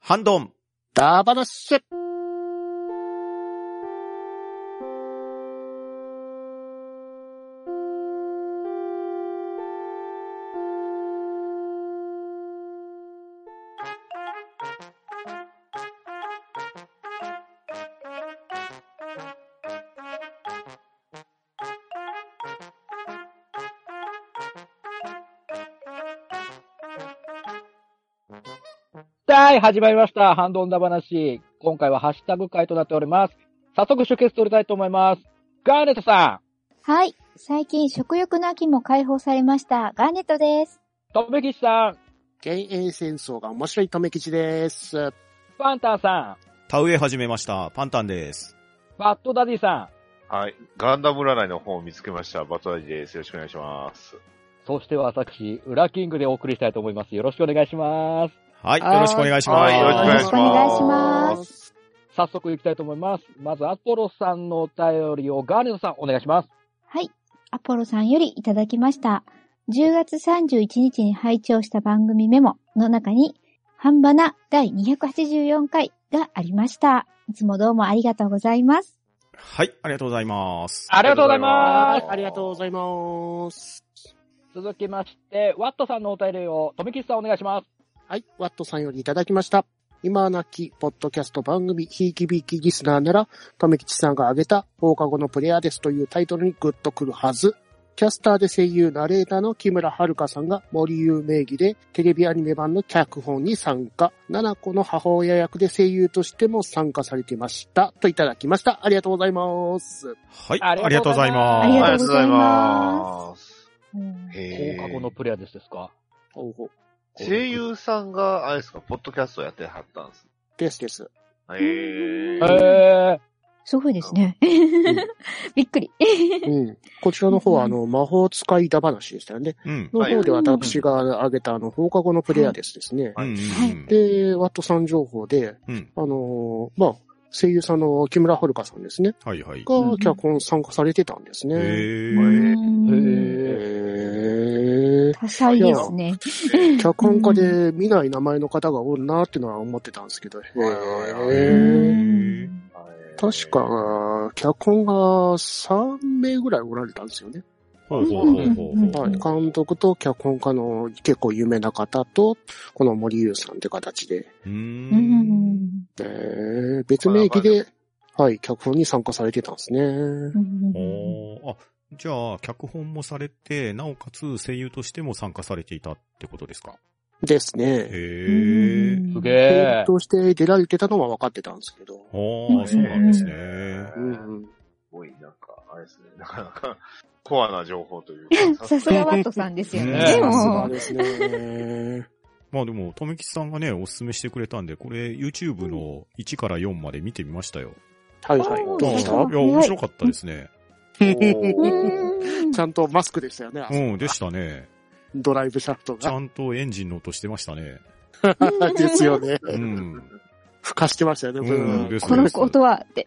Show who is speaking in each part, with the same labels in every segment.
Speaker 1: ハンドン。
Speaker 2: ダバナッシュはい、始まりました。ハンドオンダ話。今回はハッシュタグ会となっております。早速、集結取りたいと思います。ガーネットさ
Speaker 3: はい。最近食欲の秋も解放されました。ガーネットです。
Speaker 2: ん、とめきちさん、
Speaker 4: 減塩戦争が面白い留吉です。
Speaker 2: パンタンさ
Speaker 1: 田植え始めました。パンタンです。
Speaker 2: ん、バッドダディさん、
Speaker 5: はい。ガンダム占いの本を見つけました。バトダディです。よろしくお願いします。
Speaker 2: そして私、ウラキングでお送りしたいと思います。よろしくお願いします。
Speaker 1: はい、
Speaker 4: はい。
Speaker 1: よろしくお願いします。
Speaker 5: はいよろしくお願いします
Speaker 3: 願いします
Speaker 2: 早速行きたいと思います。まず、アポロさんのお便りをガーネットさん、お願いします。
Speaker 3: はい。アポロさんよりいただきました。10月31日に拝聴した番組メモの中に、半ばな第284回がありました。いつもどうもありがとうございます。
Speaker 1: はい、ありがとうございます。
Speaker 2: ありがとうございま
Speaker 5: あ。
Speaker 2: す。
Speaker 4: ありがとうございます。
Speaker 2: 続きまして、ワットさんのお便りを、とめきちさん、お願いします。
Speaker 4: はい、ワットさんよりいただきました。今なきポッドキャスト番組、ひいきびいきリスナーなら、とめきちさんが挙げた放課後のプレイヤーですというタイトルにグッとくるはず。キャスターで声優ナレーターの木村遥さんが森優名義でテレビアニメ版の脚本に参加。七子の母親役で声優としても参加されてました。といただきました。ありがとうございます。
Speaker 1: はい、
Speaker 2: あ
Speaker 1: あ
Speaker 2: り
Speaker 1: り
Speaker 2: が
Speaker 1: が
Speaker 2: と
Speaker 1: とうご
Speaker 2: うござ
Speaker 1: ざ
Speaker 2: い
Speaker 1: い
Speaker 2: ます
Speaker 3: ありが
Speaker 1: ま
Speaker 3: とうございますうん
Speaker 5: へー
Speaker 2: 放課後のプレイヤーですですか
Speaker 4: ほうほう
Speaker 5: 声優さんが、あれですか、ポッドキャストやってはったんです。
Speaker 4: ですです。
Speaker 5: へ
Speaker 2: へ
Speaker 3: う
Speaker 5: ー。
Speaker 2: え
Speaker 3: すごいですね。 びっくり。
Speaker 4: うん。こちらの方は、あの、魔法使いだ話でしたよね。
Speaker 1: す。うん。
Speaker 4: の方で
Speaker 3: はい
Speaker 4: 私が挙げたあの放課後のプレイヤーですですね。
Speaker 1: うんうん
Speaker 4: で、ワットさん情報で、
Speaker 1: うん。うん。
Speaker 4: あのーまあ、声優さんの木村遥さんですね。
Speaker 1: はいはい。
Speaker 3: うん
Speaker 4: が脚本参加されてたんです
Speaker 1: へ
Speaker 4: ね。
Speaker 1: ー。
Speaker 3: うん
Speaker 4: へ
Speaker 2: へえ
Speaker 4: ー。
Speaker 3: 多彩ですね。
Speaker 4: 脚本家で見ない名前の方がおるなーってのは思ってたんですけど。へ
Speaker 5: へ
Speaker 3: う
Speaker 4: ー。
Speaker 3: ん
Speaker 4: 確。か、脚本が3名ぐらいおられたんですよね。
Speaker 1: ほうほうほうほう
Speaker 3: うん
Speaker 4: はい。監督と脚本家の結構有名な方と、この森優さんって形で。
Speaker 1: うー。
Speaker 3: うんん
Speaker 4: えー別名義
Speaker 5: まあ
Speaker 4: で、はい、脚本に参加されてたんですね。
Speaker 1: おーあ、じゃあ、脚本もされて、なおかつ声優としても参加されていたってことですか
Speaker 4: ですね。
Speaker 1: へー。
Speaker 2: す
Speaker 3: え。
Speaker 4: え
Speaker 2: げえ
Speaker 4: として出られてたのは分かってたんですけど。
Speaker 1: ああ、そうなんですね。
Speaker 4: う
Speaker 5: うん。す
Speaker 4: ん。
Speaker 5: ごい、なんか、あれですね。なかなか、コアな情報という か。
Speaker 3: さすがワットさんですよ
Speaker 1: ね
Speaker 3: ね。
Speaker 1: え
Speaker 3: で
Speaker 4: さす
Speaker 3: も
Speaker 4: が、で すね。
Speaker 1: まあでも、とめきちさんがね、おすすめしてくれたんで、これ YouTube の1から4まで見てみましたよ。
Speaker 4: はいはい。
Speaker 3: お
Speaker 1: い
Speaker 3: ー
Speaker 4: どう
Speaker 1: や、
Speaker 4: でし
Speaker 3: そう
Speaker 4: た
Speaker 1: 面白かったですね。
Speaker 5: おー
Speaker 3: うん
Speaker 4: ちゃんとマスクでしたよね。
Speaker 1: うん、でしたね。
Speaker 4: ドライブシャフト
Speaker 1: ちゃ
Speaker 4: が。
Speaker 1: んとエンジンの音してましたね。
Speaker 3: ん
Speaker 4: ですよね。
Speaker 1: うん。
Speaker 4: ふかしてましたよね、ブ
Speaker 1: うん、
Speaker 4: ー
Speaker 1: で
Speaker 4: ン
Speaker 1: す
Speaker 3: この
Speaker 1: です。
Speaker 3: 音はって。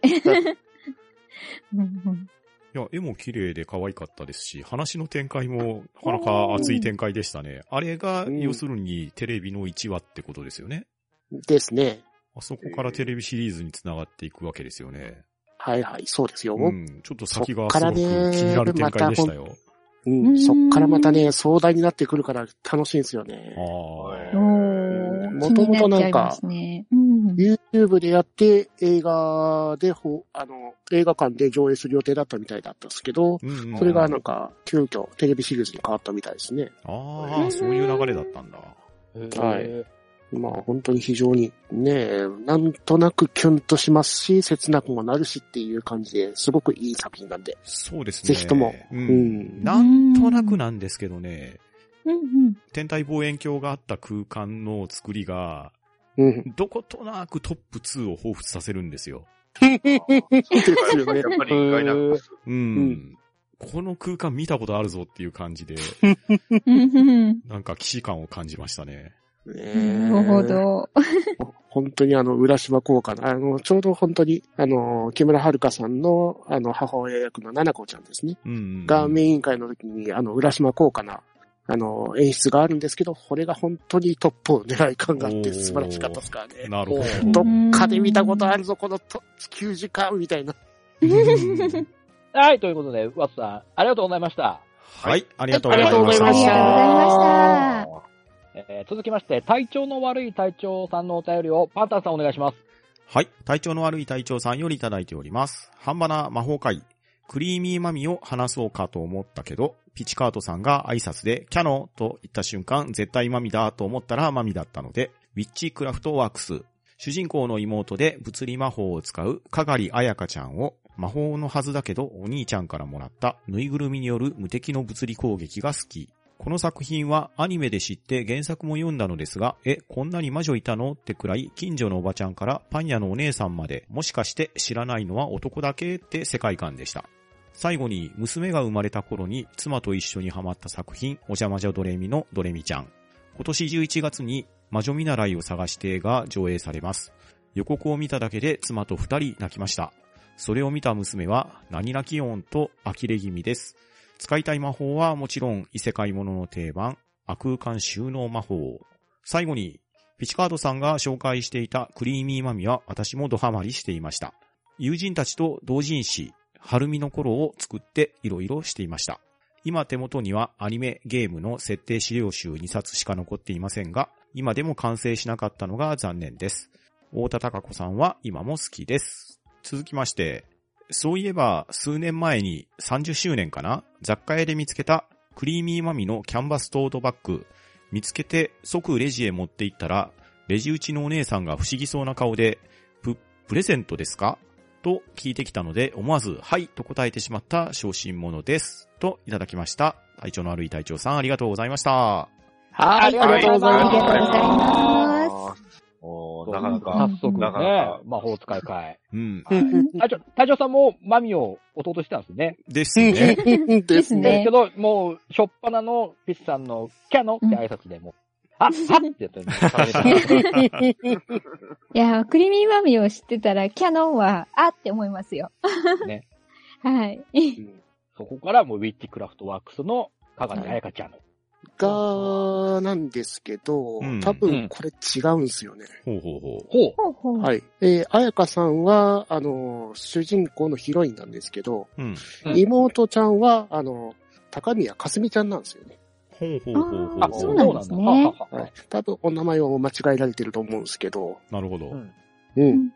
Speaker 3: うん
Speaker 1: いや、絵も綺麗で可愛かったですし、話の展開もなかなか熱い展開でしたね。あれが、
Speaker 4: うん
Speaker 1: 要するにテレビの1話ってことですよね。
Speaker 4: ですね。
Speaker 1: あそこからテレビシリーズに繋がっていくわけですよね。
Speaker 4: はいはい、そうですよ。
Speaker 1: う
Speaker 4: うん
Speaker 1: ん、ちょっと先が
Speaker 4: そっ
Speaker 1: す
Speaker 4: か
Speaker 1: ご
Speaker 4: ら
Speaker 1: く
Speaker 4: ね
Speaker 1: 気になる展開でしたよ。
Speaker 3: うん
Speaker 4: そっからまたね、壮大になってくるから楽しいんですよね。
Speaker 1: ああ。
Speaker 3: おー
Speaker 4: もともと
Speaker 3: 気に
Speaker 4: なんか
Speaker 3: っちゃいますねうん。
Speaker 4: YouTube でやって、映画でほ、あの、映画館で上映する予定だったみたいだったんですけど、
Speaker 1: うんうん
Speaker 4: それがなんか、急遽テレビシリーズに変わったみたいですね。
Speaker 1: ああ、そういう流れだったんだ。
Speaker 4: はいまあ本当に非常にね、なんとなくキュンとしますし、切なくもなるしっていう感じですごくいい作品なんで。
Speaker 1: そうですね。
Speaker 4: ぜひとも
Speaker 1: う。
Speaker 4: うんん
Speaker 1: なんとなくなんですけどね、
Speaker 3: うんうん
Speaker 1: 天体望遠鏡があった空間の作りが、
Speaker 4: うん。
Speaker 1: どことなくトップ2を彷彿させるんですよ。
Speaker 4: ですよね
Speaker 5: や。っぱり一回なんか、
Speaker 1: うん。
Speaker 4: ん
Speaker 1: この空間見たことあるぞっていう感じで、
Speaker 3: うんうん
Speaker 1: なんか既視感を感じましたね。
Speaker 3: なるほど。
Speaker 4: 本当にあの、浦島効果の、あの、ちょうど本当に、あの、木村遥さんの、あの、母親役の七子ちゃんですね。
Speaker 1: うん。
Speaker 4: がメイン委員会の時に、あの、浦島効果な、あの、演出があるんですけど、これが本当にトップを狙い感があって素晴らしかったですからね。
Speaker 1: なるほど。
Speaker 4: ど っかで見たことあるぞ、このと地球時間みたいな。
Speaker 2: はい、ということで、ワッツさん、ありがとうございました。
Speaker 1: はい、ありがとうござい
Speaker 4: ありがとう
Speaker 1: ま
Speaker 4: ござ
Speaker 1: し
Speaker 4: い
Speaker 1: た。
Speaker 4: ました
Speaker 3: ありがとう
Speaker 2: えー続きまして、体調の悪い隊長さんのお便りをパンタンさんお願いします。
Speaker 1: はい。体調の悪い隊長さんよりいただいております。半ばな魔法界。クリーミーマミを話そうかと思ったけど、ピチカートさんが挨拶で、キャノーと言った瞬間、絶対マミだと思ったらマミだったので、ウィッチクラフトワークス。主人公の妹で物理魔法を使う、かがりあやかちゃんを、魔法のはずだけど、お兄ちゃんからもらった、ぬいぐるみによる無敵の物理攻撃が好き。この作品はアニメで知って原作も読んだのですが、え、こんなに魔女いたのってくらい近所のおばちゃんからパン屋のお姉さんまで、もしかして知らないのは男だけって世界観でした。最後に娘が生まれた頃に妻と一緒にハマった作品、おじゃまじゃドレミのドレミちゃん。今年11月に魔女見習いを探してが上映されます。予告を見ただけで妻と二人泣きました。それを見た娘は何泣き音と呆れ気味です。使いたい魔法はもちろん異世界ものの定番、悪空間収納魔法。最後に、ピチカードさんが紹介していたクリーミーマミは私もドハマりしていました。友人たちと同人誌、春見の頃を作っていろいろしていました。今手元にはアニメ、ゲームの設定資料集2冊しか残っていませんが、今でも完成しなかったのが残念です。大田隆子さんは今も好きです。続きまして、そういえば、数年前に30周年かな雑貨屋で見つけたクリーミーマミのキャンバストートバッグ。見つけて即レジへ持って行ったら、レジ打ちのお姉さんが不思議そうな顔で、プ、プレゼントですかと聞いてきたので、思わず、はいと答えてしまった昇進者です。といただきました。体調の悪い隊長さんありがとうございました。
Speaker 2: はい、ありがとうございます。
Speaker 3: ありがとうございます
Speaker 5: おーなかなか
Speaker 2: 早、速
Speaker 5: なか
Speaker 2: ね
Speaker 5: なか、
Speaker 2: 魔法使い会。
Speaker 1: うん。
Speaker 2: 隊長、隊長さんもマミを弟してたんですよね。
Speaker 1: ですね。
Speaker 3: ですね
Speaker 2: ですけど、もう、しょっぱなのピッチさんのキャノって挨拶でもう、あ、はってやったんですよ
Speaker 3: いや、クリーミーマミを知ってたら、キャノンは、あって思いますよ。
Speaker 2: ね。
Speaker 3: はい。
Speaker 2: そこからもうウィッチクラフトワークスの加賀谷彩香ちゃんの。
Speaker 4: が、なんですけど
Speaker 1: うん、
Speaker 4: 多分これ違うんですよね。
Speaker 1: ほうほうほ
Speaker 2: ほう。
Speaker 3: ほうほう。
Speaker 4: はい。えー、彩香さんは、あの、主人公のヒロインなんですけど、
Speaker 1: う。うん。
Speaker 2: うん
Speaker 4: 妹ちゃんは、あの、高宮かすみちゃんなんですよね。
Speaker 1: ほうほうほうほう。
Speaker 2: あ、
Speaker 3: そうなんですね
Speaker 2: そうなんだははは
Speaker 4: はい。多分お名前を間違えられてると思うんですけど、
Speaker 1: なるほど。
Speaker 2: うん
Speaker 4: う。
Speaker 3: うんん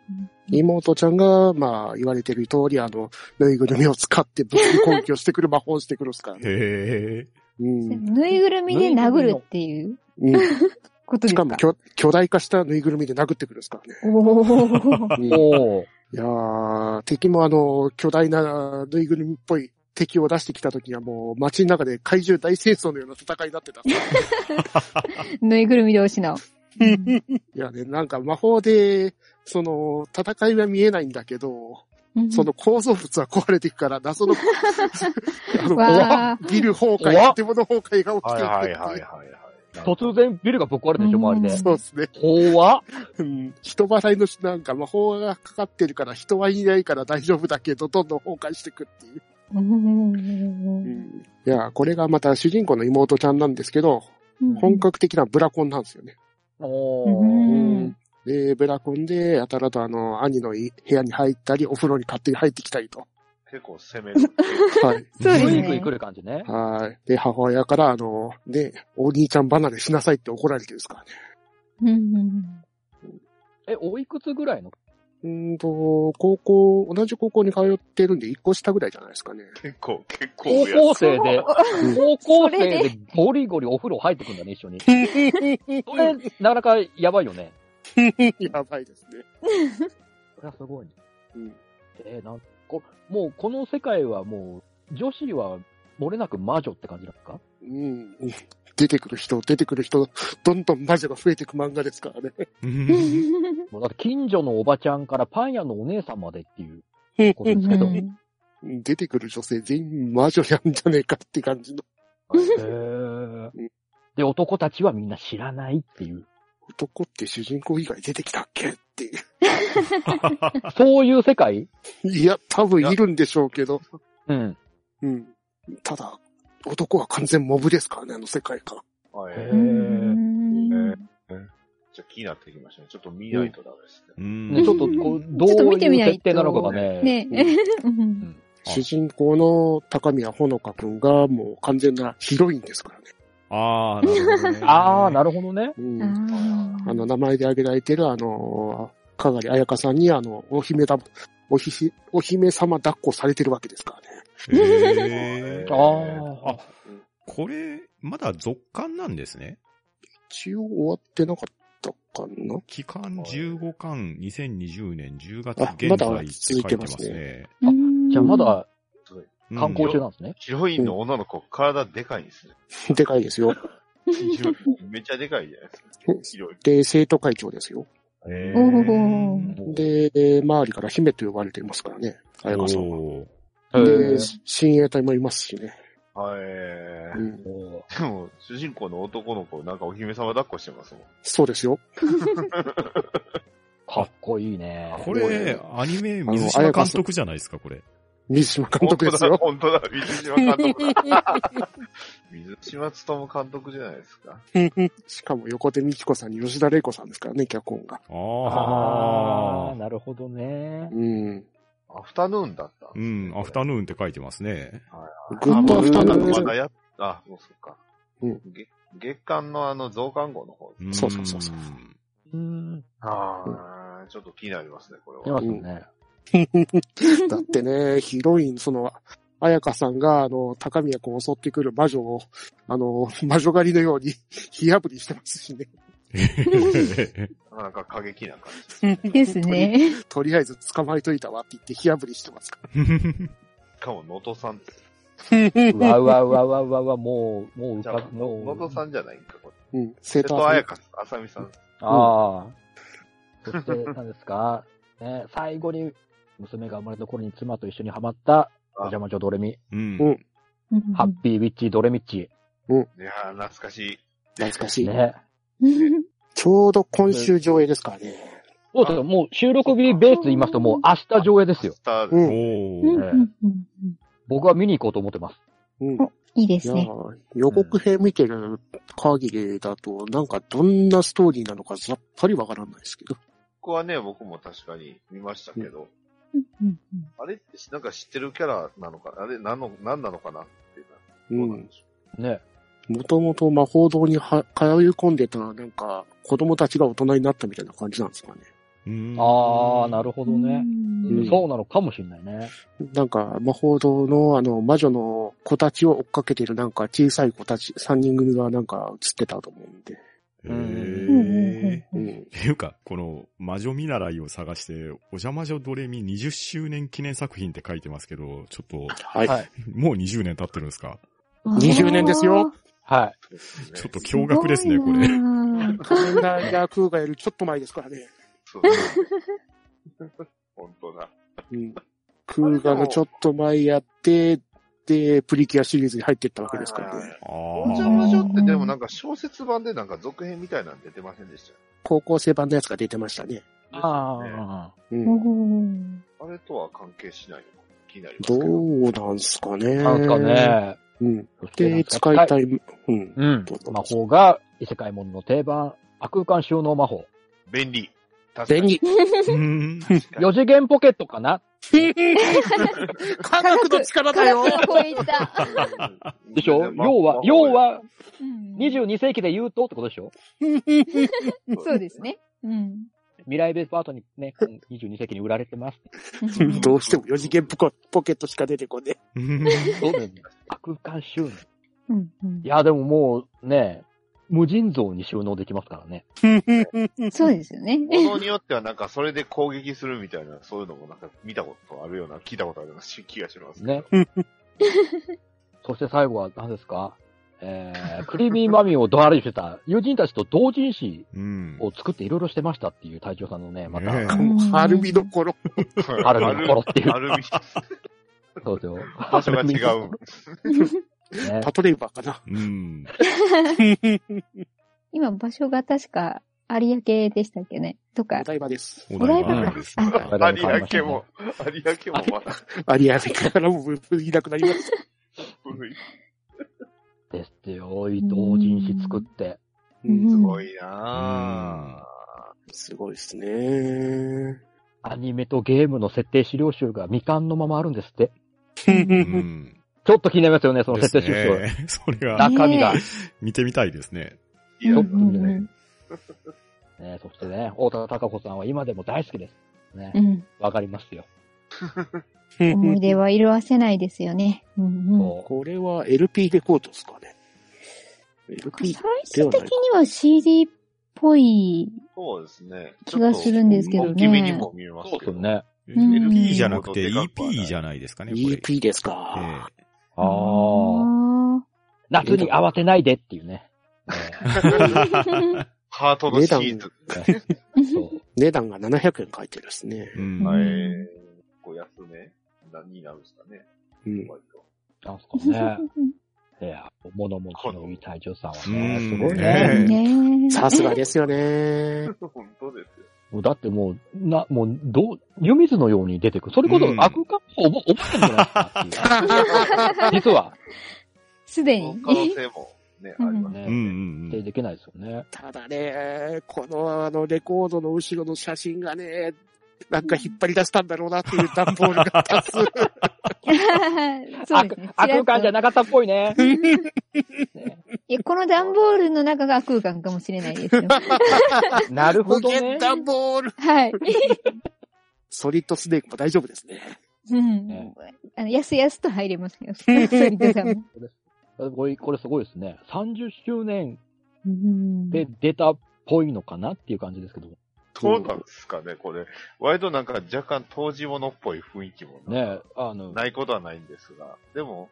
Speaker 4: 妹ちゃんが、まあ、言われてる通り、あの、ぬいぐるみを使って物理攻撃をしてくる魔法をしてくるっすからね。
Speaker 1: へえ。
Speaker 4: うん。
Speaker 3: ぬいぐるみで殴るっていう
Speaker 4: うん。
Speaker 3: ことです
Speaker 4: し
Speaker 3: か
Speaker 4: かも巨、巨大化したぬいぐるみで殴ってくるっすからね。
Speaker 3: おー
Speaker 4: うん
Speaker 2: おー
Speaker 4: いやー、敵もあの、巨大なぬいぐるみっぽい敵を出してきた時はもう街の中で怪獣大戦争のような戦いになってた。い
Speaker 3: ぬいぐるみ同士の。うん
Speaker 4: やね、なんか魔法で、その、戦いは見えないんだけど、その構造物は壊れていくから、謎 の、あの、
Speaker 3: わ
Speaker 4: ビル崩
Speaker 2: 怖
Speaker 4: 壊、
Speaker 2: っ
Speaker 4: 建物崩壊が起き
Speaker 5: は
Speaker 4: て
Speaker 5: い
Speaker 4: いくっ
Speaker 5: は
Speaker 4: ていう
Speaker 5: いはいはいはい。
Speaker 2: 突然ビルがぶっ壊れてるでしょ、周りで。
Speaker 4: そうですね。
Speaker 2: 怖っ。
Speaker 4: うん人払いのなんか魔法がかかってるから人はいないから大丈夫だけど、どんどん崩壊していくっていう。
Speaker 3: うん
Speaker 4: いや、これがまた主人公の妹ちゃんなんですけど、本格的なブラコンなんですよね。
Speaker 2: おー
Speaker 3: うん
Speaker 4: で、ブラコンで、やたらとあの、兄のい部屋に入ったり、お風呂に勝手に入ってきたり と。
Speaker 5: 結構攻める。
Speaker 4: はい。
Speaker 3: そうです
Speaker 2: ぐい
Speaker 3: ね
Speaker 2: ぐい来る感じね。
Speaker 4: はい。で、母親から、あの、ね、お兄ちゃん離れしなさいって怒られてるんですからね。
Speaker 3: うん
Speaker 2: え、おいくつぐらいの
Speaker 4: うーんと、高校、同じ高校に通ってるんで、一個下ぐらいじゃないです かね。
Speaker 5: 結構、結構
Speaker 2: 高
Speaker 5: 増や
Speaker 2: 校
Speaker 5: す。
Speaker 2: 生で、
Speaker 4: うん
Speaker 2: 高校
Speaker 3: そ
Speaker 2: 生
Speaker 3: れ
Speaker 2: でゴリゴリお風呂入ってくんだね、一緒に。それ、なかなかやばいよね。
Speaker 4: やばいですね。
Speaker 2: これはすごいね。
Speaker 4: うん
Speaker 2: えーなんこもうこの世界はもう、女子は漏れなく魔女って感じなんですか
Speaker 4: うん。出てくる人、出てくる人、どんどん魔女が増えていく漫画ですから ね。
Speaker 1: うん
Speaker 2: もうだって近所のおばちゃんからパン屋のお姉さんまでっていうこと
Speaker 3: う
Speaker 2: ですけど。
Speaker 3: ん
Speaker 2: へ
Speaker 4: 出てくる女性全員魔女なんじゃねえかって感じの。
Speaker 2: ーで、男たちはみんな知らないっていう。
Speaker 4: 男って主人公以外出てきたっけっていう。
Speaker 2: そういう世界
Speaker 4: いや、多分いるんでしょうけど。
Speaker 2: うん。
Speaker 4: うん。ただ、男は完全モブですからね、あの世界観。
Speaker 5: はい。
Speaker 2: へ
Speaker 3: う
Speaker 2: ー
Speaker 3: ん
Speaker 5: ちょっと気になってきましたね。ちょっと見ないとダメですね。
Speaker 1: うん
Speaker 2: ね、ちょっとこう、どう
Speaker 3: ちょっと見てみ
Speaker 2: い
Speaker 3: な
Speaker 2: う
Speaker 3: いと
Speaker 2: 設定なのかがね。。
Speaker 3: ねえ。うん
Speaker 1: はい
Speaker 4: 主人公の高宮ほのかくんがもう完全なヒロインですからね。
Speaker 1: ああ、なるほどね
Speaker 2: ああ、なるほどね。
Speaker 4: うん
Speaker 3: あー
Speaker 4: あの、名前で挙げられてる、あの、かがり彩香さんに、あの、お姫だ、おひひ、お姫様抱っこされてるわけですからね。
Speaker 1: へー
Speaker 2: あー
Speaker 1: あ、これ、まだ続刊なんですね。
Speaker 4: 一応終わってなかったかな
Speaker 1: 期間15巻2020年10月
Speaker 4: あ
Speaker 1: 現
Speaker 4: ま
Speaker 1: 在
Speaker 4: だ
Speaker 1: って書いてますね。
Speaker 3: うん
Speaker 2: じゃあまだ
Speaker 1: うん
Speaker 2: 観光中なんですね。
Speaker 5: ヒロインの女の子、体でかいんですね。
Speaker 4: でかいですよ。
Speaker 5: ヒロインめっちゃでかいじゃないですか。ヒロイン。
Speaker 4: で、生徒会長ですよ。
Speaker 5: え
Speaker 3: おー
Speaker 4: で、で周りから姫と呼ばれていますからね、彩香さんは。
Speaker 1: おー
Speaker 2: へ
Speaker 4: で
Speaker 2: ー、
Speaker 4: 親衛隊もいますしね。
Speaker 5: は
Speaker 4: う
Speaker 5: い。
Speaker 4: ん、
Speaker 5: でも、主人公の男の子、なんかお姫様抱っこしてますもん。
Speaker 4: そうですよ。
Speaker 2: かっこいいね。
Speaker 1: これ、アニメ、水
Speaker 4: あの
Speaker 1: 島
Speaker 4: 綾香
Speaker 1: 監
Speaker 4: さん
Speaker 1: 督じゃないですか、これ。
Speaker 4: 水島監督ですよ。
Speaker 5: 本当だ、本当だ水島監督だ。水島努監督じゃないですか。
Speaker 4: しかも横手美紀子さんに吉田玲子さんですからね、脚本が。
Speaker 2: あ
Speaker 1: あ
Speaker 2: あ、なるほどね。
Speaker 4: うん。
Speaker 5: アフタヌーンだった
Speaker 1: あ。うん、アフタヌーンって書いてますね。
Speaker 4: グッドアフタヌーンですよ
Speaker 5: まだやっ、あ、もうそっか。
Speaker 4: うん
Speaker 5: 月月間のあの増刊号の方
Speaker 1: ん
Speaker 4: そうそうそうそう
Speaker 2: うん。
Speaker 5: ああ、ちょっと気になりますね、これ
Speaker 2: 出ま
Speaker 5: は
Speaker 2: す。よね。
Speaker 4: だってね、ヒロイン、その、彩香さんが、あの、高宮君を襲ってくる魔女を、あの、魔女狩りのように、火炙りしてますしね。
Speaker 5: なかなか過激な感じ。
Speaker 3: ですね。
Speaker 4: とりあえず捕まえといたわって言って火炙りしてますから。
Speaker 5: しかも、能登さんです。
Speaker 2: うわうわうわうわうわうわ、もう、もう浮
Speaker 5: じゃあ
Speaker 2: か、ぶ、
Speaker 5: 能
Speaker 2: も
Speaker 5: 登
Speaker 2: う。
Speaker 5: さんじゃないんか、これ。
Speaker 4: うん、
Speaker 5: 瀬
Speaker 4: 生徒
Speaker 5: 戸彩香、あさみさん。
Speaker 2: ああ。そして、何ですかね、最後に、娘が生まれた頃に妻と一緒にハマった、お邪魔女ドレミ、
Speaker 1: うん。
Speaker 4: うん
Speaker 3: うん
Speaker 2: ハッピーウィッチドレミッチ。
Speaker 5: いやー、懐かしい。
Speaker 4: 懐かしい。
Speaker 2: ね。
Speaker 3: うん
Speaker 4: ちょうど今週上映ですからね。
Speaker 2: そうですよもう収録日ベースで言いますと、もう明日上映ですよ
Speaker 5: ス。ター
Speaker 4: う
Speaker 1: お
Speaker 4: ん。
Speaker 5: で
Speaker 3: うん
Speaker 1: ー。
Speaker 3: うんうん
Speaker 2: 僕は見に行こうと思ってます。
Speaker 4: うん。
Speaker 3: いいで
Speaker 4: い
Speaker 3: す
Speaker 4: や
Speaker 3: ね。
Speaker 4: ー予告編見てる限りだと、なんかどんなストーリーなのかさっぱりわからないですけど。
Speaker 5: こはね、僕も確かに見ましたけど、
Speaker 3: うんうんうん
Speaker 5: あれってなんか知ってるキャラなのか、あれ、なんの、なんなのかなっていう
Speaker 4: う
Speaker 5: のはどうなんん。でしょ
Speaker 2: ね。
Speaker 4: もともと魔法堂には通い込んでた、なんか、子供たちが大人になったみたいな感じなんですかね。
Speaker 1: うん
Speaker 2: ああ、なるほどね。
Speaker 3: うん
Speaker 2: そうなのかもしれないね。
Speaker 4: なんか、魔法堂の、あの、魔女の子たちを追っかけてる、なんか、小さい子たち、三人組がなんか映ってたと思うんで。
Speaker 1: へ
Speaker 3: うんうんうん
Speaker 1: ー。
Speaker 3: う
Speaker 4: うんん。
Speaker 1: っていうか、この魔女見習いを探して、お邪魔女ドレミ20周年記念作品って書いてますけど、ちょっと、
Speaker 4: はい。
Speaker 2: はい
Speaker 1: もう20年経ってるんですか
Speaker 4: 20年ですよ。
Speaker 2: はい。
Speaker 5: うね。
Speaker 1: ちょっと驚愕ですね、これ。
Speaker 4: 仮面ライダークーガーよりちょっと前ですからね。
Speaker 5: そうだね本当だ。
Speaker 4: うん。クーガーのちょっと前やって、で、プリキュアシリーズに入っていったわけですからね。
Speaker 1: あ
Speaker 5: お
Speaker 1: あ
Speaker 5: 邪魔女ってでもなんか小説版でなんか続編みたいなん出てませんでした
Speaker 4: 高校生版のやつが出てましたね。
Speaker 2: ああ。
Speaker 4: うん。
Speaker 3: うん
Speaker 5: あれとは関係しないのか気になります
Speaker 4: ど
Speaker 5: けど。
Speaker 4: うなんすかね。
Speaker 2: なんですか。ね。
Speaker 4: うん。
Speaker 2: そしてなん
Speaker 4: で、
Speaker 2: か
Speaker 4: 使いたい、うん。
Speaker 2: うん。魔法が異世界ものの定番、悪空間収納魔法。
Speaker 5: 便利。確か
Speaker 4: 便
Speaker 5: に。
Speaker 4: 利。
Speaker 1: うん
Speaker 2: 四次元ポケットかな
Speaker 4: 科学の力だよ。
Speaker 3: 科学を超えた。
Speaker 5: うん
Speaker 2: でしょ
Speaker 5: まあ
Speaker 2: 要は
Speaker 5: まあ、
Speaker 2: 要は、
Speaker 3: うん
Speaker 2: 22世紀で言うとってことでしょ
Speaker 3: そうですね。うん。
Speaker 2: 未来ベースパートに ね、22世紀に売られてます。
Speaker 4: どうしても4次元ポケットしか出てこね
Speaker 1: うん
Speaker 2: そうですね。悪空間収納。
Speaker 3: うんうん
Speaker 2: いや、でももうね、無尽蔵に収納できますからね。
Speaker 4: え。
Speaker 3: そうですよね。
Speaker 5: ものによってはなんかそれで攻撃するみたいな、そういうのもなんか見たことあるような、聞いたことあるような気がしますけど
Speaker 2: ね。 そして最後は何ですかえー、クリーミーマミーをドアレしてた友人たちと同人誌
Speaker 1: うん。
Speaker 2: を作っていろいろしてましたっていう隊長さんのね、また、
Speaker 1: ね
Speaker 3: うん
Speaker 4: アルミどころ。
Speaker 2: アルミの頃っていう
Speaker 5: アルミ。
Speaker 2: そうですよ。
Speaker 5: 場所が違 う。
Speaker 2: ね
Speaker 4: パトレイバーかな。
Speaker 1: うん。
Speaker 3: 今、場所が確か、有明でしたっけねとか
Speaker 4: お、台場です。
Speaker 1: お
Speaker 3: お台
Speaker 1: 台場
Speaker 3: 場か
Speaker 1: なんですね。
Speaker 2: あ
Speaker 5: 有明も、有明もまだ
Speaker 4: 有明からもういなくなりまし
Speaker 5: 古い。
Speaker 2: ですよ。伊藤人誌作って。
Speaker 3: うん
Speaker 5: すごいな
Speaker 4: すごいですね。
Speaker 2: アニメとゲームの設定資料集が未完のままあるんですって。
Speaker 1: うん。
Speaker 2: ちょっと気になりますよね、その
Speaker 1: で
Speaker 2: 設
Speaker 1: す
Speaker 2: 定資料集。
Speaker 1: ね。それは
Speaker 3: だ
Speaker 2: 中身が。
Speaker 3: ね
Speaker 1: 見てみたいですね。
Speaker 5: ぁ。いや
Speaker 2: ト
Speaker 5: な
Speaker 2: ップに
Speaker 3: うん
Speaker 2: ね。ねそしてね、大田孝子さんは今でも大好きです。ね
Speaker 3: う、ん
Speaker 2: わかりますよ。
Speaker 3: うん思い出は色褪せないですよね。うんうん
Speaker 2: そう
Speaker 4: これは LP レコードですかね。LP
Speaker 3: 最。終的には CD っぽい
Speaker 5: そうですね。
Speaker 3: 気がするんですけど
Speaker 5: 大きめに
Speaker 3: ね。
Speaker 5: も見えます
Speaker 2: そう
Speaker 5: け
Speaker 2: です
Speaker 5: ど
Speaker 2: よ。ね。
Speaker 3: うん
Speaker 1: LP じゃなくて
Speaker 5: でかくはない
Speaker 1: EP じゃないですかね、これ。
Speaker 4: EP です
Speaker 1: ええ
Speaker 4: か。
Speaker 2: ああ。夏に慌てないでっていう ね。ね
Speaker 5: ハートのシーズ
Speaker 2: そう
Speaker 4: 値段が700円書いてるですね。
Speaker 1: うん
Speaker 5: ン。
Speaker 3: うん
Speaker 5: はい。こう安め何になるんですかね。
Speaker 4: うん。
Speaker 5: 割と
Speaker 2: なんすか ね。いや、物持ちのいい隊長さんはね、
Speaker 1: うん
Speaker 2: すごいね。
Speaker 1: ね
Speaker 3: ねえ
Speaker 4: さすがですよね。
Speaker 5: 本当ですよ。
Speaker 2: だってもう、な、もう、どう、湯水のように出てくる。それこそ
Speaker 1: うん
Speaker 2: 悪化おぼ、おぼえてんじゃないです かっていう。実は、
Speaker 3: すで
Speaker 5: そ
Speaker 3: に
Speaker 5: の。可能性もね、あります
Speaker 2: ね、
Speaker 1: うんうんう
Speaker 2: 否定
Speaker 1: ん。
Speaker 2: できないですよね。
Speaker 4: ただね、このあのレコードの後ろの写真がね、なんか引っ張り出したんだろうなっていう段ボールが立つ。
Speaker 3: そうですね。
Speaker 2: 悪感じゃなかったっぽいね。ね
Speaker 3: いや、この段ボールの中が悪空間かもしれないですよ。
Speaker 2: なるほ
Speaker 4: 無
Speaker 2: どね
Speaker 4: 限。段ボール。
Speaker 3: はい。
Speaker 4: ソリッドスネークも大丈夫ですね。
Speaker 3: うん。あの、やすやすと入れますよ。ソリッドさんも
Speaker 2: これ、これすごいですね。30周年
Speaker 3: うん
Speaker 2: で出たっぽいのかなっていう感じですけど。
Speaker 5: どうなんですかね、これ。割となんか若干当時物っぽい雰囲気もな
Speaker 2: ねあの、
Speaker 5: ないことはないんですが、でも、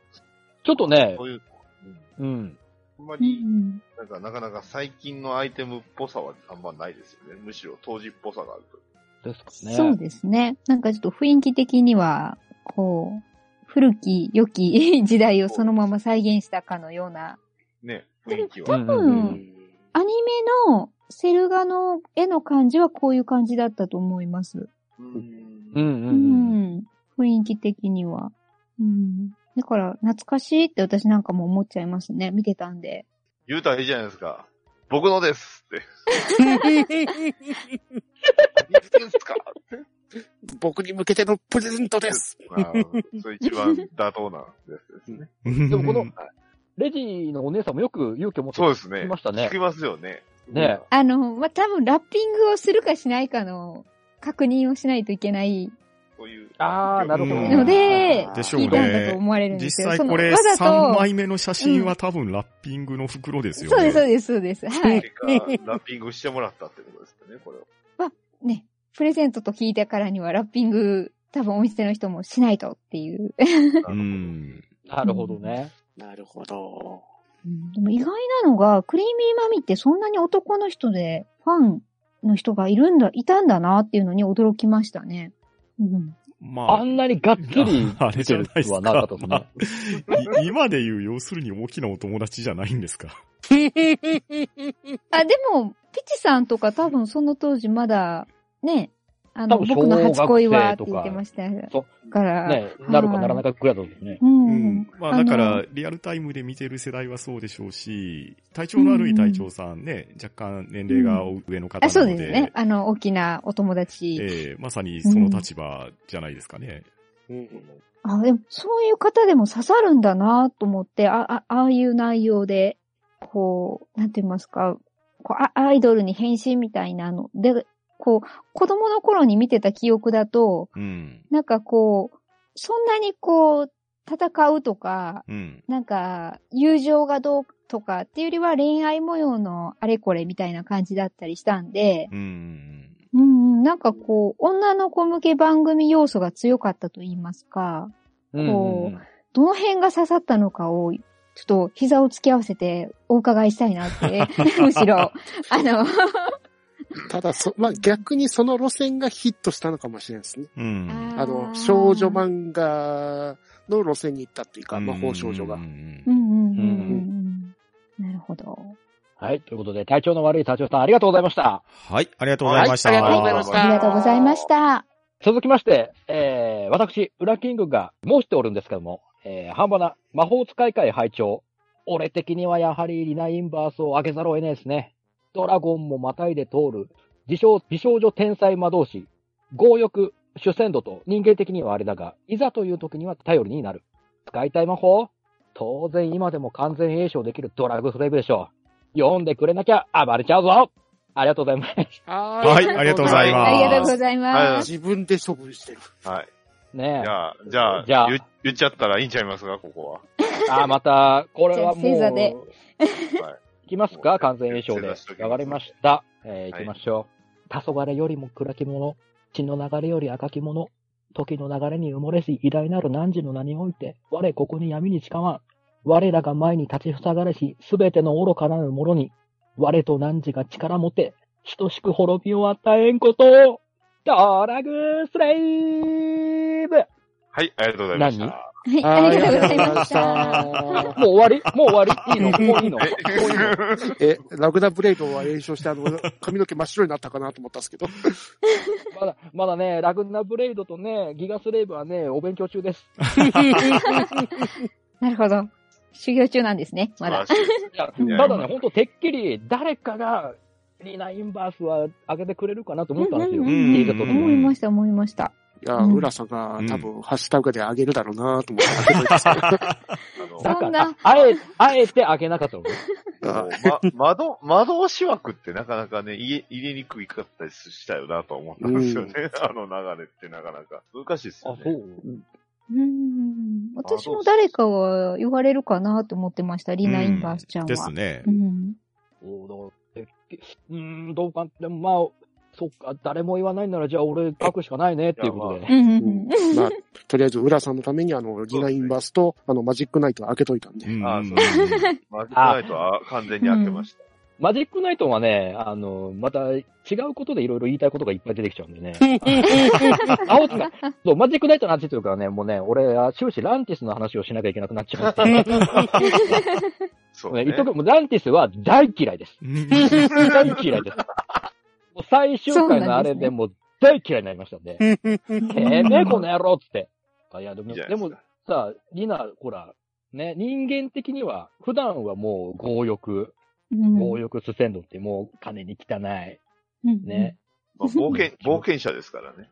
Speaker 2: ちょっとね
Speaker 5: こ、ういう、うん、
Speaker 2: うん。
Speaker 5: あんま
Speaker 3: う
Speaker 5: り、
Speaker 3: ん
Speaker 5: なんかなかなか最近のアイテムっぽさはあんまないですよね。むしろ当時っぽさがあると。
Speaker 2: ですかね。
Speaker 3: そうですね。なんかちょっと雰囲気的には、こう、古き良き 時代をそのまま再現したかのような、
Speaker 5: ね、雰囲気
Speaker 2: う
Speaker 5: は。
Speaker 2: ん
Speaker 3: う
Speaker 2: うんんうん。
Speaker 3: アニメのセル画の絵の感じはこういう感じだったと思います。
Speaker 5: うん
Speaker 2: うんう
Speaker 3: うん
Speaker 2: うん。
Speaker 3: ん。雰囲気的には。うん。だから、懐かしいって私なんかも思っちゃいますね。見てたんで。
Speaker 5: 言うたらいいじゃないですか。僕のですって。言ってんすか
Speaker 4: 僕に向けてのプレゼントです。
Speaker 5: あーそれ一番妥当なやつですね。
Speaker 2: で
Speaker 1: で
Speaker 2: もこの、レジのお姉さんもよく勇気を持って
Speaker 5: そうですね
Speaker 2: 聞きました
Speaker 5: 聞
Speaker 2: ね
Speaker 5: き。ますよね。
Speaker 2: ね
Speaker 3: あの、まあ、多分ラッピングをするかしないかの確認をしないといけない
Speaker 5: そういう。
Speaker 2: あーなるほ
Speaker 1: ど
Speaker 3: ので
Speaker 4: あー、
Speaker 1: でしょう
Speaker 3: 聞
Speaker 1: ね
Speaker 3: いたんだと思われるんです
Speaker 1: 実
Speaker 3: よ。
Speaker 1: 際
Speaker 3: その
Speaker 1: これ
Speaker 3: わざと
Speaker 1: 3枚目の写真は多分ラッピングの袋ですよ
Speaker 3: そうで
Speaker 1: ね。
Speaker 3: す、そうです、そうです。はい。
Speaker 5: てかラッピングしてもらったってことですよね、これは。
Speaker 3: ね、プレゼントと聞いたからにはラッピング、多分お店の人もしないとっていう。
Speaker 5: う
Speaker 1: う。ん。
Speaker 2: なるほどね。
Speaker 4: なるほど。
Speaker 3: でも意外なのが、クリーミーマミってそんなに男の人で、ファンの人がいるんだ、いたんだなっていうのに驚きましたね。うん。
Speaker 1: ま
Speaker 2: あ
Speaker 1: あ、
Speaker 2: んなにがっつり
Speaker 1: あれ
Speaker 2: 見
Speaker 1: じ
Speaker 2: て
Speaker 1: ゃな
Speaker 2: る
Speaker 1: いです
Speaker 2: と
Speaker 1: か
Speaker 2: はなかったです ね。
Speaker 1: い 今で言う、要するに大きなお友達じゃないんですか。
Speaker 3: あ、でも、ピチさんとか多分その当時まだ、ね、あの、
Speaker 2: 多分
Speaker 3: 僕の初恋はっ
Speaker 2: 小学生と
Speaker 3: て
Speaker 2: か
Speaker 3: 言ってました
Speaker 2: そ
Speaker 3: から。
Speaker 2: ねなるかならないかくらいだとね。
Speaker 3: うん。
Speaker 1: まあだか
Speaker 3: あの
Speaker 1: ら、リアルタイムで見てる世代はそうでしょうし、体調の悪い隊長さんね、若干年齢が上の方
Speaker 3: あ、
Speaker 1: な
Speaker 3: そう
Speaker 1: の
Speaker 3: ですね
Speaker 1: で。、
Speaker 3: あの、大きなお友達。
Speaker 1: ええまさにその立場じゃないですかね。
Speaker 3: あ、でも、そういう方でも刺さるんだなと思って、あ、あ、ああいう内容で、こう、なんて言いますか、こう、あアイドルに変身みたいなの。で、こう、子供の頃に見てた記憶だと、
Speaker 1: うん。
Speaker 3: なんかこう、そんなにこう、戦うとか、
Speaker 1: うん。
Speaker 3: なんか、友情がどうとかっていうよりは恋愛模様のあれこれみたいな感じだったりしたんで、
Speaker 1: うん。
Speaker 3: うんうん、なんかこう、女の子向け番組要素が強かったと言いますか、
Speaker 2: うんうん
Speaker 3: どの辺が刺さったのかを、ちょっと膝を突き合わせてお伺いしたいな って、むしろ、あの、
Speaker 4: ただそ、まあ逆にその路線がヒットしたのかもしれないですね。
Speaker 1: うん。
Speaker 4: あの、少女
Speaker 3: 版
Speaker 4: 漫画の路線に行ったっていうか、魔法少女が
Speaker 1: うんう。ん
Speaker 3: う
Speaker 1: うん
Speaker 3: んうんうんう
Speaker 2: うん
Speaker 3: うん。なるほど。
Speaker 2: はい。ということで、体調の悪い隊長さんありがとうございました。
Speaker 1: はい、ありがとうございました。
Speaker 4: はいありがとうございました
Speaker 3: ありがとうございました。
Speaker 2: 続きまして、えー、私、ウラキングが申しておるんですけども、えー、半端な魔法使い会会長、俺的にはやはりリナインバースを上げざるを得ないですね。ドラゴンもまたいで通る、自称、美少女天才魔導士、強欲、主戦度と人間的にはあれだが、いざという時には頼りになる。使いたい魔法当然今でも完全栄称できるドラグスレイブでしょう。読んでくれなきゃ暴れちゃうぞありがとうございます。
Speaker 1: はいありがとうございます
Speaker 3: ありがとうございます。
Speaker 4: 自分で処分してる。
Speaker 5: はい。
Speaker 2: ね
Speaker 5: じゃあ、じゃあ、
Speaker 2: じゃあ
Speaker 5: 言言っちゃったらいいんちゃいますか、ここは。
Speaker 2: え。あー、また、これはもう、
Speaker 3: じゃあ正座で
Speaker 2: 行
Speaker 5: はい。
Speaker 2: きますか完全栄称で
Speaker 5: 正座しと。きます
Speaker 2: わかりました。えー、
Speaker 5: はい
Speaker 2: 行きましょう。黄昏よりも暗き者、血の流れより赤き者、時の流れに埋もれし偉大なる汝の名において、我ここに闇に誓わん。我らが前に立ちふさがれし、すべての愚かなる者に、我と汝が力持て、等しく滅びを与えんことを、ドラグスレイブ
Speaker 5: はい、ありがとうございました。
Speaker 3: はい、ありがとうございました。
Speaker 2: もう終わりもう終 わりいいのもういいの
Speaker 4: え、ラグダブレイドは炎症して、あの、髪の毛真っ白になったかなと思ったんですけど。
Speaker 2: まだ、まだね、ラグナブレイドとね、ギガスレイブはね、お勉強中です。
Speaker 3: なるほど。修行中なんですね、ま だ。
Speaker 5: 素晴らしい
Speaker 2: いや、
Speaker 5: いや
Speaker 2: ただね、ほんと、てっきり、誰かが、リナ・インバースは上げてくれるかなと思ったんですよ。
Speaker 3: うん
Speaker 1: うんうん
Speaker 2: 聞いた時
Speaker 3: 思いました、思いました。
Speaker 4: いや、
Speaker 3: うん
Speaker 4: 浦さんが多分、ハッシュタグで上げるだろうなと思って上げてたんです
Speaker 5: あの
Speaker 2: だ
Speaker 3: そ
Speaker 2: か
Speaker 3: ん
Speaker 2: ら
Speaker 3: な、
Speaker 2: あえ、あえて上げなかったのね。
Speaker 4: けどあ
Speaker 5: ま、窓、窓押し枠ってなかなかね、入れ、入れにくいかったりしたよなと思ったんですよね。 あの流れってなかなか。難しいっすよ
Speaker 2: あ、
Speaker 5: ね。
Speaker 2: そう。
Speaker 3: うん。私も誰かは言われるかなと思ってました、リナ・インバースちゃんは。
Speaker 1: ですね
Speaker 3: う。ん。
Speaker 2: おだからてっきうーん、どうか、でもまあ、そっか、誰も言わないなら、じゃあ俺書くしかないね、っていうことで
Speaker 5: い
Speaker 3: うん
Speaker 2: ね。
Speaker 3: うん
Speaker 4: うん
Speaker 3: うん。
Speaker 4: まあ、とりあえず、浦さんのために、あの、ギナインバースと、あの、マジックナイトを開けといたんで。
Speaker 1: うん
Speaker 5: あそうマジックナイトは完全に合ってました。
Speaker 2: マジックナイトンはね、あの、また違うことでいろいろ言いたいことがいっぱい出てきちゃうんでね。青塚、そう、マジックナイトの話というかね、もうね、俺は終始ランティスの話をしなきゃいけなくなっちゃうんで、ね、
Speaker 5: そう
Speaker 2: 言
Speaker 5: ね。
Speaker 2: っとくもうランティスは大嫌いです。
Speaker 1: うん
Speaker 2: 大嫌いです。もう最終回のあれでもう大嫌いになりましたんで、てめえこの野郎っつって。あいや、で
Speaker 5: い
Speaker 2: も、
Speaker 5: いじゃない
Speaker 2: でも
Speaker 5: すか、
Speaker 2: さ、リナ、ほら、ね、人間的には、普段はもう強欲、強欲すせんどってもう金に汚い。
Speaker 3: うん
Speaker 2: ね。。
Speaker 5: まあ冒険、冒険者ですからね。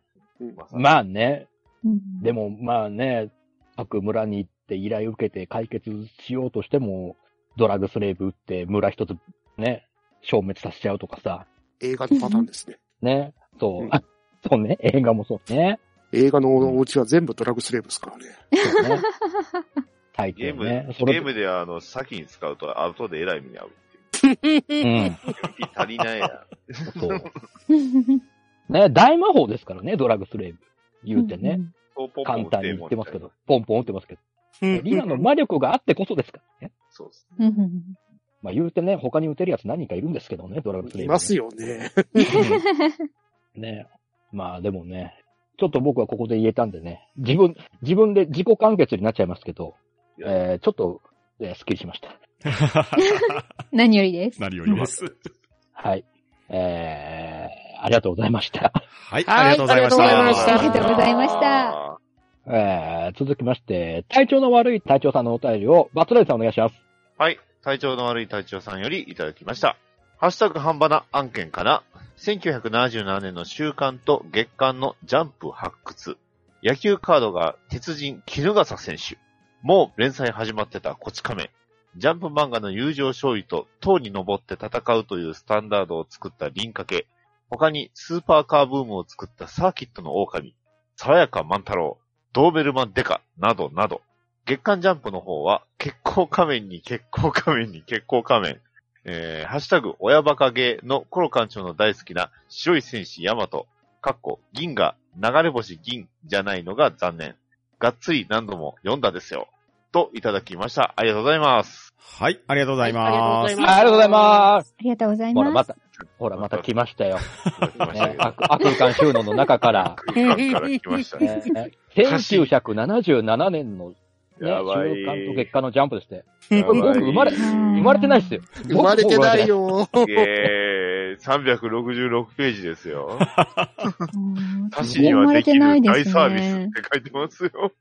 Speaker 5: あ、
Speaker 2: まあね、
Speaker 3: うん
Speaker 2: でもまあね、各村に行って依頼受けて解決しようとしても、ドラッグスレーブ撃って村一つね、消滅させちゃうとかさ、
Speaker 4: 映画のパターンですね。
Speaker 2: ね、そう、
Speaker 4: うん
Speaker 2: そうね、映画もそうね、
Speaker 4: 映画のお家は全部ドラッグスレーブですからね。
Speaker 2: そう ね大
Speaker 5: ゲ
Speaker 2: 抵
Speaker 5: ーム、
Speaker 2: ね、
Speaker 5: ゲームではあの、先に使うと後で偉い目に遭う って
Speaker 2: うん、
Speaker 5: いう。足りないや。
Speaker 2: そう。ね、大魔法ですからね、ドラッグスレーブ。言うてね、。
Speaker 5: そうポンポ
Speaker 2: 簡
Speaker 5: ン
Speaker 2: 単に言ってますけど、ポンポン打ってますけど、リナの
Speaker 4: ま
Speaker 2: 魔力があってこそですからね。
Speaker 5: そうっす
Speaker 3: うんうんうん
Speaker 2: まあ言うてね、他に打てるやつ何人かいるんですけどね、ドラッグスレーブ、ね。
Speaker 4: いますよね。
Speaker 2: ねまあでもね、ちょっと僕はここで言えたんでね、自分、自分で自己完結になっちゃいますけど、
Speaker 5: いや
Speaker 2: えー、ちょっと、えー、スッキリしました。
Speaker 3: 何よりです。
Speaker 1: 何よります。
Speaker 2: はい。えー、ありがとうございました。
Speaker 1: はい、ありがとうございました。
Speaker 4: はいありがとうございました
Speaker 3: ありがとうございました。
Speaker 2: えー、続きまして、体調の悪い隊長さんのお便りを、バツレイさんお願いします。
Speaker 5: はい。体調の悪い隊長さんよりいただきました。ハッシュタグ半ばな案件から、1977年の週刊と月刊のジャンプ発掘。野球カードが鉄人絹笠選手。もう連載始まってたこち亀。ジャンプ漫画の友情勝利と塔に登って戦うというスタンダードを作った輪掛け。他にスーパーカーブームを作ったサーキットの狼。爽やか万太郎。ドーベルマンデカ。などなど。月刊ジャンプの方は、結構仮面に結構仮面に結構仮面。えー、ハッシュタグ、親バカゲーのコロ館長の大好きな白い戦士ヤマト、かっこ銀が流れ星銀じゃないのが残念。がっつり何度も読んだですよ。といただきました。ありがとうございます。
Speaker 1: はい、ありがとうございます。
Speaker 2: ありがとうございます。
Speaker 3: ありがとうござい
Speaker 2: ほら、
Speaker 3: ま。
Speaker 2: ますた、ほら、また来ましたよ。
Speaker 5: いただきました
Speaker 2: ね
Speaker 5: け、ど
Speaker 2: 悪悪空間収納の中から、
Speaker 5: 空間から来ましたね。
Speaker 2: ね、1977年の、ね、
Speaker 5: やばい
Speaker 2: 週刊と月間のジャンプでして、
Speaker 5: やばい
Speaker 2: 僕 生まれ生まれてないっすよ。
Speaker 4: 生まれてないよ。
Speaker 5: えー、366ページですよ。
Speaker 3: うん
Speaker 5: 足しにはできる大サービスって書いてますよ。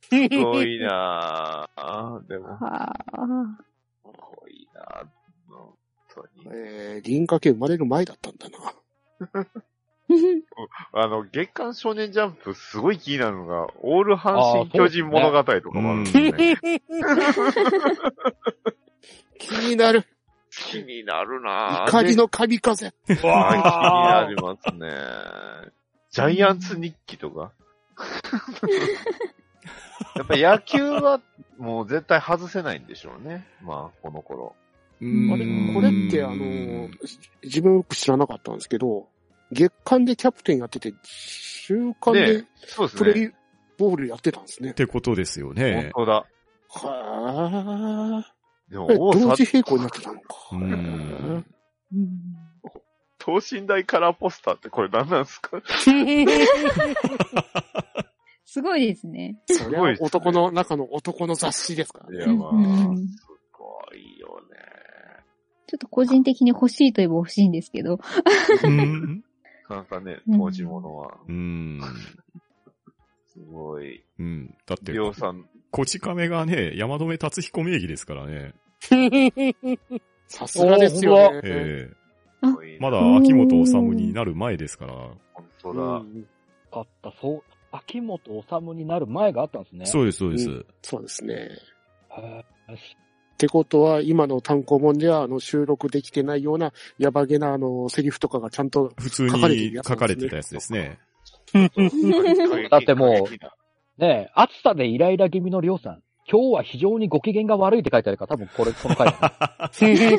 Speaker 5: すごいなぁ。でも、
Speaker 3: はあ。
Speaker 5: すごいなぁ。本当に。
Speaker 4: えー、輪郭系生まれる前だったんだな。
Speaker 5: あの、月刊少年ジャンプ、すごい気になるのが、オール阪神巨人物語とかもあるんですね。
Speaker 4: 気になる。
Speaker 5: 気になるなぁ。
Speaker 4: 怒りの神風。
Speaker 5: でわあ気になりますね。ジャイアンツ日記とか。やっぱ野球はもう絶対外せないんでしょうね。まあ、この頃。
Speaker 4: あれ、これってあの、自分よく知らなかったんですけど、月間でキャプテンやってて、週間で
Speaker 5: ねそうです
Speaker 4: プレ
Speaker 5: ね。
Speaker 4: イボールやってたんですね
Speaker 1: っ。てことですよ
Speaker 5: 本
Speaker 1: ね。
Speaker 5: 当だ。
Speaker 4: はあ。
Speaker 5: で
Speaker 4: え
Speaker 5: も、
Speaker 4: 同
Speaker 5: 大
Speaker 4: 時
Speaker 5: 阪、
Speaker 4: 並行になってたのか。
Speaker 1: うん
Speaker 5: 等身大カラーポスターってこれ何なんですか
Speaker 3: すごいですね。
Speaker 4: それ
Speaker 5: ごい
Speaker 4: は
Speaker 5: ですね
Speaker 4: 男の中の男の雑誌ですから
Speaker 5: い
Speaker 4: ね。
Speaker 5: や、まあ、
Speaker 3: うん
Speaker 5: すごいよね。
Speaker 3: ちょっと個人的に欲しいといえば欲しいんですけど。
Speaker 1: うん
Speaker 5: なんかね
Speaker 3: う、ん
Speaker 5: 当時ものは、
Speaker 1: うん。
Speaker 5: すごい。
Speaker 1: うん。だって、
Speaker 5: りょうさん、
Speaker 1: こち亀がね、山留達彦名義ですからね。
Speaker 4: さすがですよね。
Speaker 1: え
Speaker 5: すごい
Speaker 1: え
Speaker 5: な
Speaker 1: まだ秋元治になる前ですから。
Speaker 5: 本
Speaker 4: う
Speaker 5: 当だ。
Speaker 4: ん
Speaker 2: あった、そう、秋元治になる前があったんですね。
Speaker 1: そうです、そうです。
Speaker 4: そうですね。
Speaker 2: へー
Speaker 4: ってことは、今の単行本では、あの、収録できてないような、やばげな、あの、セリフとかがちゃん と、
Speaker 1: 普通に書かれてたやつですね。
Speaker 2: だってもねえ、暑さでイライラ気味のりょうさん。今日は非常にご機嫌が悪いって書いてあるから、多分これ、この回だね、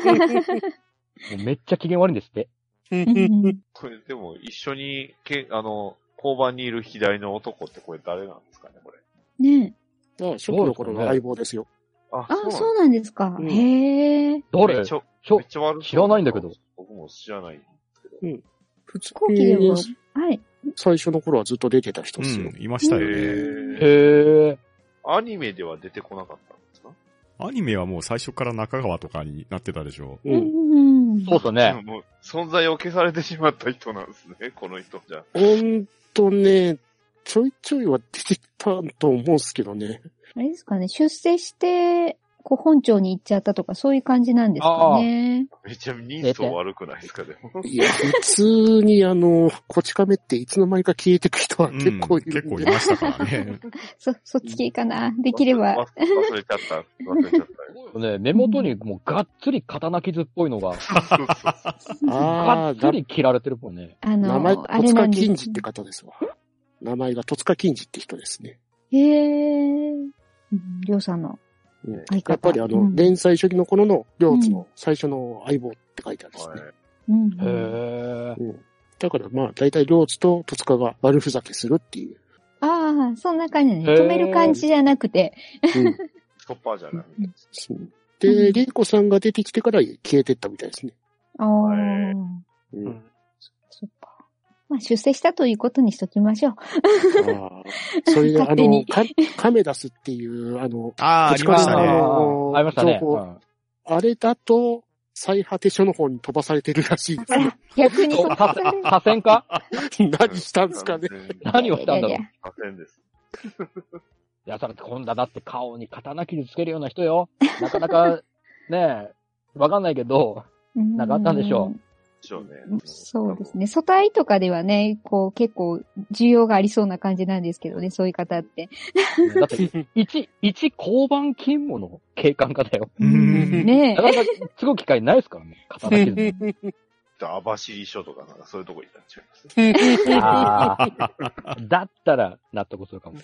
Speaker 2: もうめっちゃ機嫌悪いんですって。
Speaker 5: これでも一緒にけ、あの、交番にいる左の男ってこれ誰なんですかね、これ。
Speaker 3: ねえ
Speaker 4: まあ初期の頃の相棒ですよ。
Speaker 5: あ
Speaker 3: あ、そうなんですか。
Speaker 4: うん
Speaker 3: へえ。
Speaker 5: こ
Speaker 2: どれ
Speaker 5: めっちゃ
Speaker 2: しょ
Speaker 5: めっちゃ悪そう
Speaker 2: 知らないんだけど。
Speaker 5: 僕も知らない。
Speaker 4: 普通
Speaker 3: 後期で
Speaker 4: に
Speaker 3: も、、はい。
Speaker 4: 最初の頃はずっと出てた人
Speaker 1: う
Speaker 4: ですよ。
Speaker 1: ん、いました
Speaker 5: へ
Speaker 1: よね。
Speaker 2: へ
Speaker 5: え。
Speaker 2: え。
Speaker 5: アニメでは出てこなかったんですか
Speaker 1: アニメはもう最初から中川とかになってたでしょ。
Speaker 3: う
Speaker 4: うん
Speaker 3: んうん
Speaker 2: そうっすね。
Speaker 5: もう存在を消されてしまった人なんですね、この人じゃ。
Speaker 4: ほんとね、ちょいちょいは出てたと思うんですけどね。
Speaker 3: あれですかね、出世して、こう本庁に行っちゃったとか、そういう感じなんですかね。
Speaker 5: めっちゃ人相悪くないですか、でも。
Speaker 4: いや、普通にあの、こち亀っていつの間にか消えてく人は
Speaker 1: うん
Speaker 4: 結構いる
Speaker 1: 結
Speaker 4: ん
Speaker 1: 構い
Speaker 4: で。
Speaker 1: ましたからね。
Speaker 3: そ、そっち系かな。できれば。
Speaker 5: 忘れ忘れちゃった。忘れちゃった。
Speaker 2: ね、目元にもうがっつり刀傷っぽいのが、
Speaker 5: そうそうそう
Speaker 4: あ
Speaker 2: が
Speaker 4: あ、
Speaker 2: っつ
Speaker 4: だ
Speaker 2: り切られてるっぽいね。
Speaker 3: あ
Speaker 4: 名前、
Speaker 3: の、あ
Speaker 4: 戸
Speaker 3: れな
Speaker 4: 塚
Speaker 3: んです。
Speaker 4: 金次って方ですわ。名前が戸塚金次って人ですね。
Speaker 3: へえ。うんりょうさんの
Speaker 4: うん
Speaker 3: 相方。
Speaker 4: やっぱりあ
Speaker 3: う
Speaker 4: の、
Speaker 3: ん
Speaker 4: 連載初期の頃の、両津の最初の相棒って書いてあるんですね。
Speaker 5: はい
Speaker 3: うん
Speaker 2: へえ。
Speaker 4: だからまあ、大体両津と戸塚が悪ふざけするっ ていう。
Speaker 3: ああ、そんな感じね。
Speaker 2: へー
Speaker 3: 止める感じじゃなくて。
Speaker 4: うん
Speaker 5: ストッパーじゃない。
Speaker 4: そう
Speaker 3: う
Speaker 4: で、
Speaker 3: ん
Speaker 4: 玲子さんが出てきてから消えてったみたいですね。
Speaker 3: ああ、
Speaker 5: へ
Speaker 4: うん
Speaker 2: うん
Speaker 3: そっか。まあ、出世したということにしときましょう。
Speaker 4: あーそれで、あ
Speaker 3: 勝手
Speaker 4: の
Speaker 3: に、
Speaker 4: カカメダスっていう、あの、
Speaker 1: ああ、ありました
Speaker 4: あ
Speaker 1: ね。
Speaker 4: のー
Speaker 2: ありましたね。
Speaker 4: 情報
Speaker 2: うん
Speaker 4: あれだと、最果て所の方に飛ばされてるらしいですね。
Speaker 3: 逆に
Speaker 2: 左
Speaker 3: 飛ばされる。
Speaker 2: 左遷か
Speaker 4: 何したんですかね。
Speaker 2: 何をしたんだろう
Speaker 3: いやいやいや
Speaker 5: 破線です。
Speaker 2: いや、だって今度はだって顔に刀傷つけるような人よ。なかなか、ねえ、わかんないけど、
Speaker 3: な
Speaker 2: なんかあったんでしょ
Speaker 5: でしょうね
Speaker 3: うん。そうですね。素体とかではね、こう結構需要がありそうな感じなんですけどね、そういう方って。
Speaker 2: だって、一、一交番勤務の警官家だよ。
Speaker 1: うん
Speaker 3: ね
Speaker 2: なかなか、すごい機会ないですからね。刀傷。
Speaker 5: 網走署とかなんかそういうとこ行ったんちゃいます
Speaker 2: ああ。だったら、納得するかも。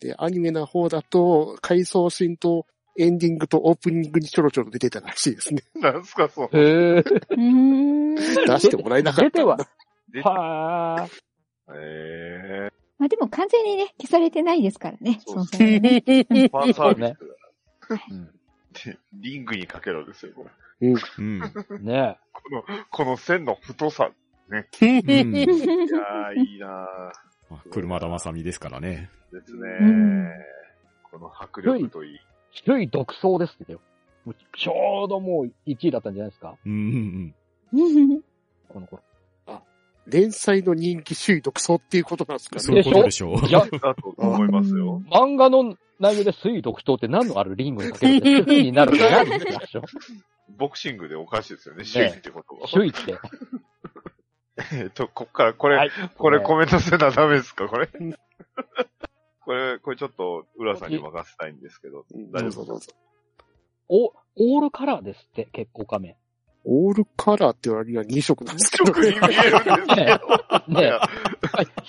Speaker 4: で、アニメの方だと、回想シーンとエンディングとオープニングにちょろちょろ出てたらしいですね。
Speaker 5: なんすか、そう。
Speaker 2: へえ。
Speaker 3: え。うーん。
Speaker 4: 出してもらえなかっ
Speaker 2: 出ては、
Speaker 5: 出て
Speaker 2: はあ。
Speaker 5: え
Speaker 3: まあでも完全にね、消されてないですからね。
Speaker 5: そ
Speaker 3: そうも
Speaker 5: そ
Speaker 3: そうもね。
Speaker 5: ー、ファンサービスだな
Speaker 2: うん
Speaker 5: でリングにかけろですよ、これ。
Speaker 1: うん。
Speaker 2: ね
Speaker 5: この線の太さ。
Speaker 1: うん
Speaker 5: いやー、いいな
Speaker 1: まあ車田正美ですからね。
Speaker 5: ーです
Speaker 3: うん
Speaker 5: ね。この迫力といい。
Speaker 2: え。低い独走ですけど。もうちょうどもう1位だったんじゃないですか
Speaker 1: うんうん
Speaker 3: うん
Speaker 2: この頃。
Speaker 4: 連載の人気首位独走っていうことなんですか
Speaker 1: そうい
Speaker 4: ね。
Speaker 1: うことでしょう。
Speaker 2: いや、
Speaker 5: だと思いますよ。
Speaker 2: 漫画の内容で水位独走って何のあるリングにかけて首位になるって何ですか
Speaker 5: ボクシングでおかしいですよね、周囲ってことは。
Speaker 2: 首位って。
Speaker 5: えっと、こっから、これ、
Speaker 2: はい
Speaker 5: これ
Speaker 2: ね
Speaker 5: コメントせなダメですかこれ。 これ、これちょっと、浦さんに任せたいんですけど。
Speaker 4: うんど
Speaker 5: 大丈
Speaker 4: う
Speaker 5: 夫
Speaker 4: ぞどうぞ。
Speaker 2: お、オールカラーですって、結構仮 面。
Speaker 4: オールカラーって割には2色なんですけど
Speaker 5: 特に
Speaker 4: ね。
Speaker 5: 見えるんですけ
Speaker 2: ね
Speaker 5: ど。い
Speaker 2: ね
Speaker 5: や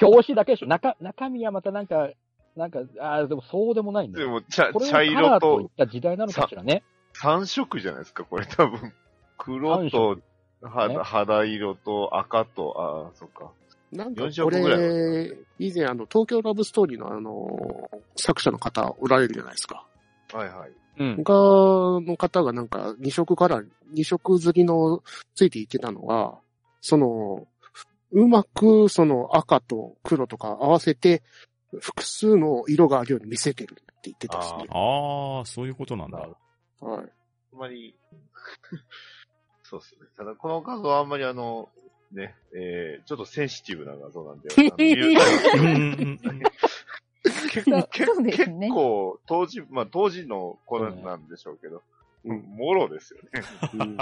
Speaker 2: 表紙だけでしょ。中、中身はまたなんか、なんか、ああ、でもそうでもないんだ
Speaker 5: で
Speaker 2: よ。
Speaker 5: も、茶
Speaker 2: これをカ
Speaker 5: 茶
Speaker 2: ラ
Speaker 5: 色
Speaker 2: ーとい
Speaker 5: と
Speaker 2: った時代なのかしらね。
Speaker 5: 3色じゃないですか、これ多分。黒
Speaker 2: 三
Speaker 5: と
Speaker 2: 色
Speaker 5: 肌,、
Speaker 2: ね
Speaker 5: 肌色と赤と、ああ、そっか。
Speaker 4: なんか
Speaker 5: 4
Speaker 4: こ
Speaker 5: 色ぐらいは
Speaker 4: れ、以前あの、東京ラブストーリーのあの、作者の方おられるじゃないですか。
Speaker 5: はいはい。
Speaker 2: うん。
Speaker 4: 他の方がなんか2色カラー、2色釣りのついていってたのが、その、うまくその赤と黒とか合わせて、複数の色があるように見せてるって言ってたんですね。
Speaker 1: ああ、そういうことなんだ。
Speaker 4: はい。
Speaker 5: あんまり、 そうですね。ただ、この画像はあんまりあの、ね、えー、ちょっとセンシティブな画像な んで、あの理由
Speaker 1: うんうんうん
Speaker 5: 結
Speaker 3: そう
Speaker 5: 構、結
Speaker 3: そうですね
Speaker 5: 構、当時、まあ当時の子なんでしょうけど、
Speaker 4: うん
Speaker 5: もろですよね。
Speaker 4: うん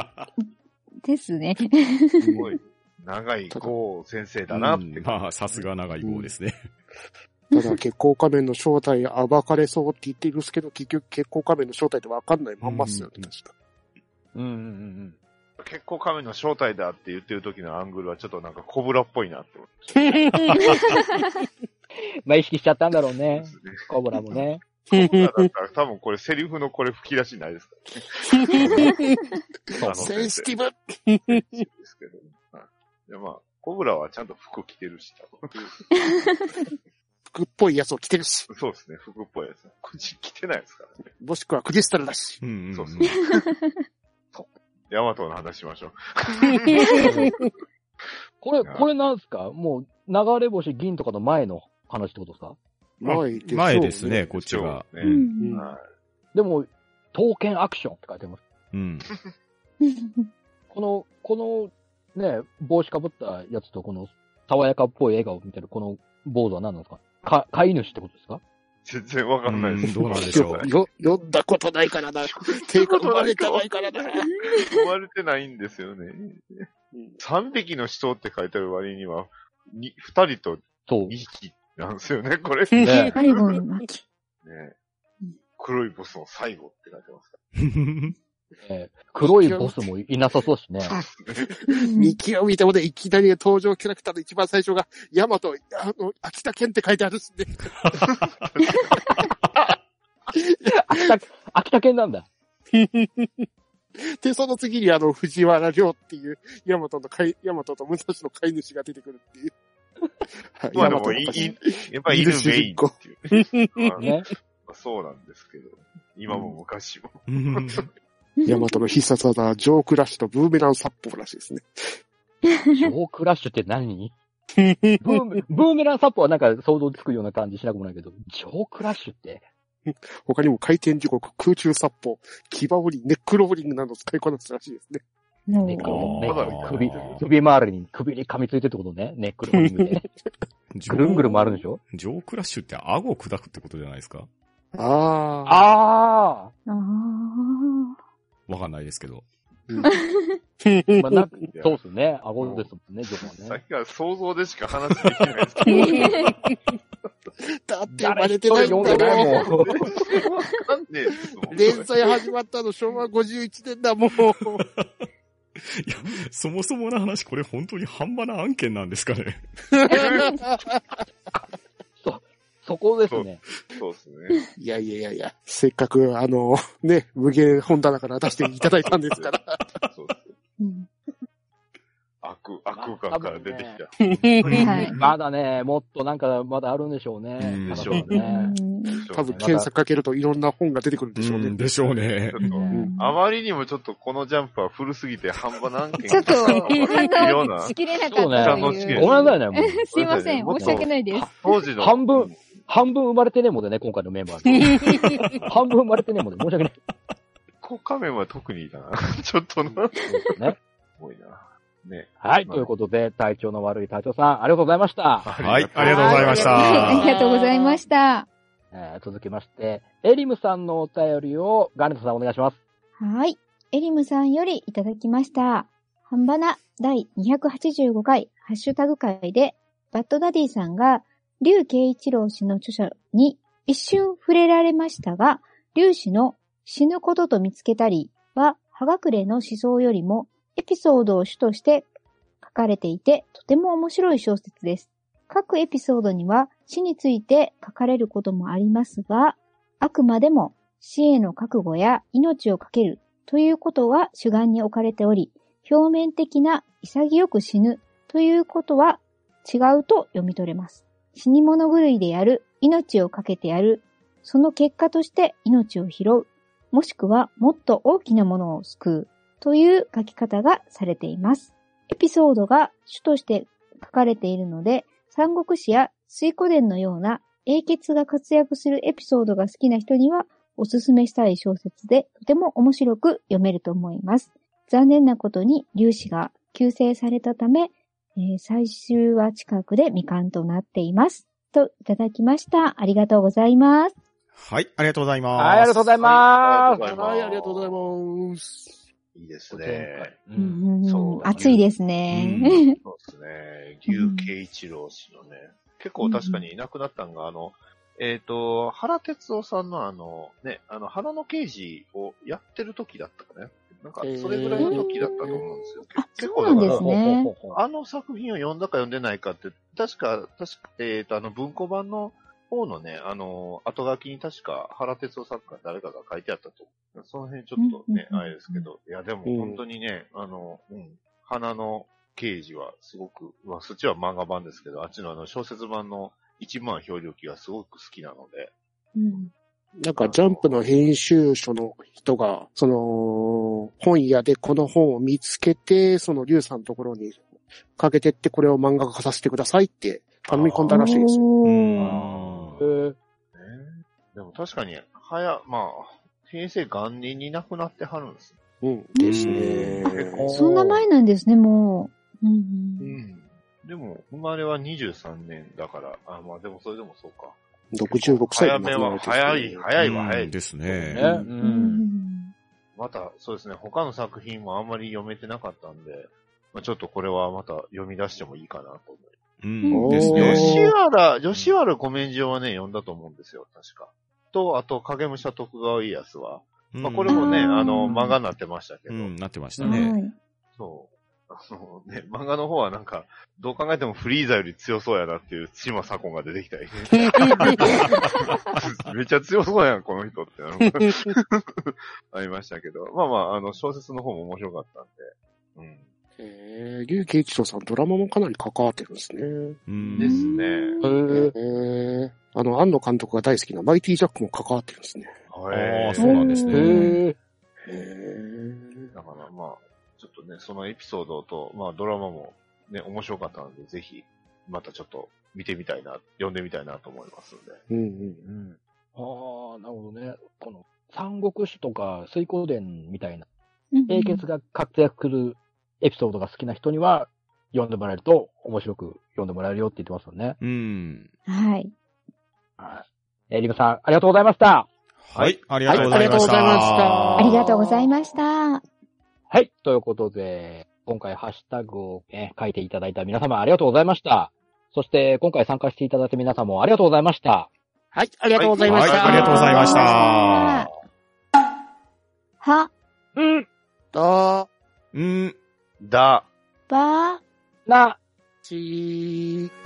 Speaker 3: ですね。
Speaker 5: すごい、長いこう先生だなっ
Speaker 1: う
Speaker 5: て
Speaker 1: ん。まあ、さすが長い号ですね。
Speaker 4: ただ、月光仮面の正体暴かれそうって言ってるんですけど、結局月光仮面の正体ってわかんないまんまっすよね、
Speaker 1: うん
Speaker 4: 確か。
Speaker 2: うんうんうん
Speaker 5: 結構亀の正体だって言ってる時のアングルはちょっとなんかコブラっぽいなって思
Speaker 2: うん。まあ意識しちゃったんだろう
Speaker 5: い
Speaker 2: ね
Speaker 5: ま。すね。
Speaker 2: コブラもね。
Speaker 5: コブラだ ったら多分これセリフのこれ吹き出しないですからね。あの
Speaker 4: センシティ
Speaker 5: ブ
Speaker 4: ブ
Speaker 5: ですけど、はいいやまあ、コブラはちゃんと服着てるし、多分
Speaker 4: 服っぽいやつを着てるし、
Speaker 5: そうですね、服っぽいやつ。こっち着てないですからね。
Speaker 4: もしくはクリスタルだし。
Speaker 1: うんうんうん
Speaker 5: そうそう。とヤマトの話しましょう。
Speaker 2: これ、これなんすかもう、流れ星銀とかの前の話ってことですか
Speaker 1: まあ
Speaker 4: 前でしょう
Speaker 1: 前ですね、。こっちが。
Speaker 5: そう
Speaker 3: う
Speaker 5: ね
Speaker 3: ん
Speaker 5: はい
Speaker 2: でも、刀剣アクションって書いてます。
Speaker 1: うん。
Speaker 2: この、この、ね、帽子かぶったやつとこの、爽やかっぽい笑顔を見てるこの坊主は何なんですかか、飼い主ってことですか
Speaker 5: 全然わかんないで
Speaker 1: うん
Speaker 5: す。
Speaker 1: どうなんでしょう
Speaker 4: よ、読んだことないからな。手が生まれてないからな。
Speaker 5: 生まれてないんですよね。3匹の人って書いてある割には、に2人と
Speaker 2: そう
Speaker 5: 2。匹なんですよね、これ。ね
Speaker 2: ね
Speaker 3: 最後の巻。
Speaker 5: 黒いボスの最後って書いてますか
Speaker 2: えー黒いボスもいなさそうしね。
Speaker 4: ミキを見てもね、いきなり登場キャラクターの一番最初が、ヤマト、あの、秋田県って書いてあるしね。
Speaker 2: 秋田、秋田県なんだ。
Speaker 4: で、その次にあの、藤原亮っていう、ヤマトの飼い、ヤマトと武蔵の飼い主が出てくるっていう。はい
Speaker 5: まあで
Speaker 4: ヤマト
Speaker 5: も、
Speaker 4: の
Speaker 5: い、
Speaker 4: おかし
Speaker 5: い、やっぱり犬メインっていう。まあ
Speaker 2: ね。
Speaker 5: まあそうなんですけど、今も昔も。
Speaker 1: うん
Speaker 4: ヤマトの必殺技は、ジョークラッシュとブーメラン殺法らしいですね。
Speaker 2: ジョークラッシュって何ブーメブーメランサッポはなんか想像つくような感じしなくもないけど、ジョークラッシュって。
Speaker 4: 他にも回転時刻、空中殺法、牙折り、ネックローリングなどを使いこなすらしいですね。
Speaker 3: もう
Speaker 2: ネック
Speaker 1: あー
Speaker 2: ロ
Speaker 5: まだ見
Speaker 2: ね
Speaker 5: た
Speaker 2: 首、首周りに、首に噛みついてるってことね。ネックローリングでね。ぐるんぐるん回るんでしょ
Speaker 1: ジョークラッシュって顎を砕くってことじゃないですか
Speaker 4: ああ。
Speaker 2: あ
Speaker 3: ああ。
Speaker 1: わかんないですけど。
Speaker 2: あ、まあ、なそうっすね。
Speaker 5: う
Speaker 2: 顎
Speaker 5: ん
Speaker 2: ですもんね、ジョー
Speaker 5: さ
Speaker 2: はね
Speaker 5: っ。きから想像でしか話できないですけど。
Speaker 4: だって生ま
Speaker 2: 誰
Speaker 4: れ
Speaker 2: 一
Speaker 4: て
Speaker 2: 人
Speaker 4: ない
Speaker 2: 読
Speaker 4: ん
Speaker 2: んで
Speaker 4: だ
Speaker 2: ない
Speaker 4: よ。
Speaker 2: もん。
Speaker 5: わかんねえですもん。
Speaker 4: 連載始まったの昭和51年だもん。
Speaker 1: そもそもの話、これ本当に半端な案件なんですかね。
Speaker 2: そこですね。
Speaker 5: そうですね。
Speaker 4: いやいやいやいや、せっかくあの、ね、無限本棚から出していただいたんですから。
Speaker 5: そうです悪、悪空間から出てきた。
Speaker 3: はい
Speaker 2: まだね、もっとなんか、まだあるんでしょうね。
Speaker 1: うん
Speaker 2: まだ
Speaker 5: でしょう
Speaker 3: う
Speaker 2: ね。
Speaker 3: ん
Speaker 4: 多分検索かけるといろんな本が出てくるんでしょうね。
Speaker 1: でしょうね
Speaker 5: ちょ。っと
Speaker 3: うん
Speaker 5: あまりにもちょっとこのジャンプは古すぎて半端何件
Speaker 3: ちょっと、
Speaker 5: よう
Speaker 3: 反応
Speaker 5: な
Speaker 3: し。きれなかったと
Speaker 5: そうね
Speaker 3: い
Speaker 2: ご
Speaker 3: う。
Speaker 2: めんなさいね、もう。
Speaker 3: すいません、申し訳ないです。
Speaker 5: 当時の。
Speaker 2: 半分。半分生まれてねえもんでね、今回のメンバー。半分生まれてねえもんで、申し訳ない。
Speaker 5: コカメンは特にだな。ちょっとな。
Speaker 2: ね
Speaker 5: すごいな。ね。
Speaker 2: はい、ということで、体調の悪い隊長さん、ありがとうございました。
Speaker 1: はいありがとうございました
Speaker 3: はいありがとうございました。
Speaker 2: えー続きまして、エリムさんのお便りをガーネットさんお願いします。
Speaker 3: はい。エリムさんよりいただきました。ハンバナ第285回ハッシュタグ会で、バッドダディさんが、竜慶一郎氏の著書に一瞬触れられましたが、竜氏の死ぬことと見つけたりは、葉隠れの思想よりもエピソードを主として書かれていて、とても面白い小説です。各エピソードには死について書かれることもありますが、あくまでも死への覚悟や命をかけるということは主眼に置かれており、表面的な潔く死ぬということは違うと読み取れます。死に物狂いでやる、命をかけてやる、その結果として命を拾う、もしくはもっと大きなものを救うという書き方がされています。エピソードが主として書かれているので、三国志や水古伝のような英傑が活躍するエピソードが好きな人にはおすすめしたい小説で、とても面白く読めると思います。残念なことに、粒子が救世されたため、えー最終は近くで未完となっています。と、いただきました。ありがとうございます。
Speaker 1: はい、ありがとうございます。
Speaker 2: はい、ありがとうございま
Speaker 5: はい
Speaker 4: はい、ありがとうございます。
Speaker 5: いいです
Speaker 2: す。
Speaker 5: ね。
Speaker 2: う
Speaker 3: うんん
Speaker 5: そうだね
Speaker 3: 暑いですね。
Speaker 5: そうですね。牛慶一郎氏のね。結構確かにいなくなったんが、あの、えっ、と、原哲夫さんのあの、ね、あの、花の刑事をやってる時だったかね。なんか、それぐらいの時だったと思うんですよ。
Speaker 3: あ、
Speaker 5: 結
Speaker 3: そう
Speaker 5: 構
Speaker 3: な
Speaker 5: だ
Speaker 3: ん
Speaker 5: から
Speaker 3: ですね。
Speaker 2: ほうほうほうほう
Speaker 5: あの作品を読んだか読んでないかって、確か、確か、えっ、と、あの、文庫版の方のね、あの、後書きに確か原哲夫さんか誰かが書いてあったと。その辺ちょっとね、
Speaker 3: うんうんうんうん
Speaker 5: あれですけど、いや、でも本当にね、あの、うん、花の刑事はすごく、まあ、そっちは漫画版ですけど、あっちのあの、小説版の一万表領記がすごく好きなので、
Speaker 3: うん
Speaker 4: なんか、ジャンプの編集者の人が、その、本屋でこの本を見つけて、その、リュウさんのところにかけてって、これを漫画化させてくださいって頼み込んだらしいですよ。
Speaker 1: うん
Speaker 2: えー
Speaker 5: ねでも確かに、はや、まあ、平成元年に亡くなってはるんですよ
Speaker 4: うん。です
Speaker 5: う
Speaker 4: ね。
Speaker 3: そんな前なんですね、もう。うんう
Speaker 5: うんん。でも、生まれは23年だから、あ、まあでもそれでもそうか。
Speaker 4: 66歳
Speaker 5: 早めは、早い、早いは早
Speaker 1: うん
Speaker 5: い。
Speaker 1: です
Speaker 2: ね
Speaker 1: ね。
Speaker 2: う。
Speaker 3: うんん
Speaker 5: また、そうですね、他の作品もあんまり読めてなかったんで、まあ、ちょっとこれはまた読み出してもいいかなと思
Speaker 1: うん。
Speaker 3: うん
Speaker 1: です
Speaker 5: う。
Speaker 1: ね。
Speaker 5: 吉原、吉原御免状はね、読んだと思うんですよ、確か。と、あと、影武者徳川家康は。まあ、これもね、
Speaker 3: うん
Speaker 5: あの、漫画になってましたけ
Speaker 1: う
Speaker 5: ど、
Speaker 1: ん、なってました
Speaker 3: は
Speaker 1: ね。
Speaker 3: い。
Speaker 5: そう。あのね、漫画の方はなんか、どう考えてもフリーザより強そうやなっていう、島左近が出て きたりね。めっちゃ強そうやん、この人って。 ありましたけど。まあまあ、あの、小説の方も面白かったんで。うん。
Speaker 4: えー、竜慶一郎さん、ドラマもかなり関わってるんですね。
Speaker 1: うん
Speaker 5: です
Speaker 1: ね。
Speaker 5: ね。
Speaker 2: えー
Speaker 4: えー、あの、庵野監督が大好きなマイティジャックも関わってるんですね。
Speaker 1: ああ、
Speaker 5: へー
Speaker 1: そうなんです
Speaker 2: え
Speaker 1: ね。
Speaker 2: ー
Speaker 4: えー、
Speaker 5: だからまあ、ちょっとね、そのエピソードと、まあドラマもね、面白かったので、ぜひ、またちょっと見てみたいな、読んでみたいなと思いますので。
Speaker 4: うんうん。
Speaker 5: うん。
Speaker 2: ああ、なるほどね。この、三国志とか水光伝みたいな、
Speaker 3: うん
Speaker 2: 英傑が活躍するエピソードが好きな人には、読んでもらえると面白く読んでもらえるよって言ってますよね。
Speaker 1: うん。
Speaker 3: はい。
Speaker 2: はい。えーリムさん、ありがとうございました。
Speaker 1: はい、ありがとうございまし
Speaker 4: はいあ
Speaker 1: た。
Speaker 3: ありがとうございました。
Speaker 2: はい。ということで、今回ハッシュタグを、ね、書いていただいた皆様ありがとうございました。そして、今回参加していただいた皆様もありがとうございました。
Speaker 4: はい、ありがとうございま
Speaker 1: は
Speaker 4: し
Speaker 1: い、
Speaker 4: た。
Speaker 1: ありがとうございました。
Speaker 3: は、
Speaker 2: うん。
Speaker 4: だ
Speaker 1: うん。
Speaker 5: だ。
Speaker 3: ば、
Speaker 2: な、
Speaker 4: ちー。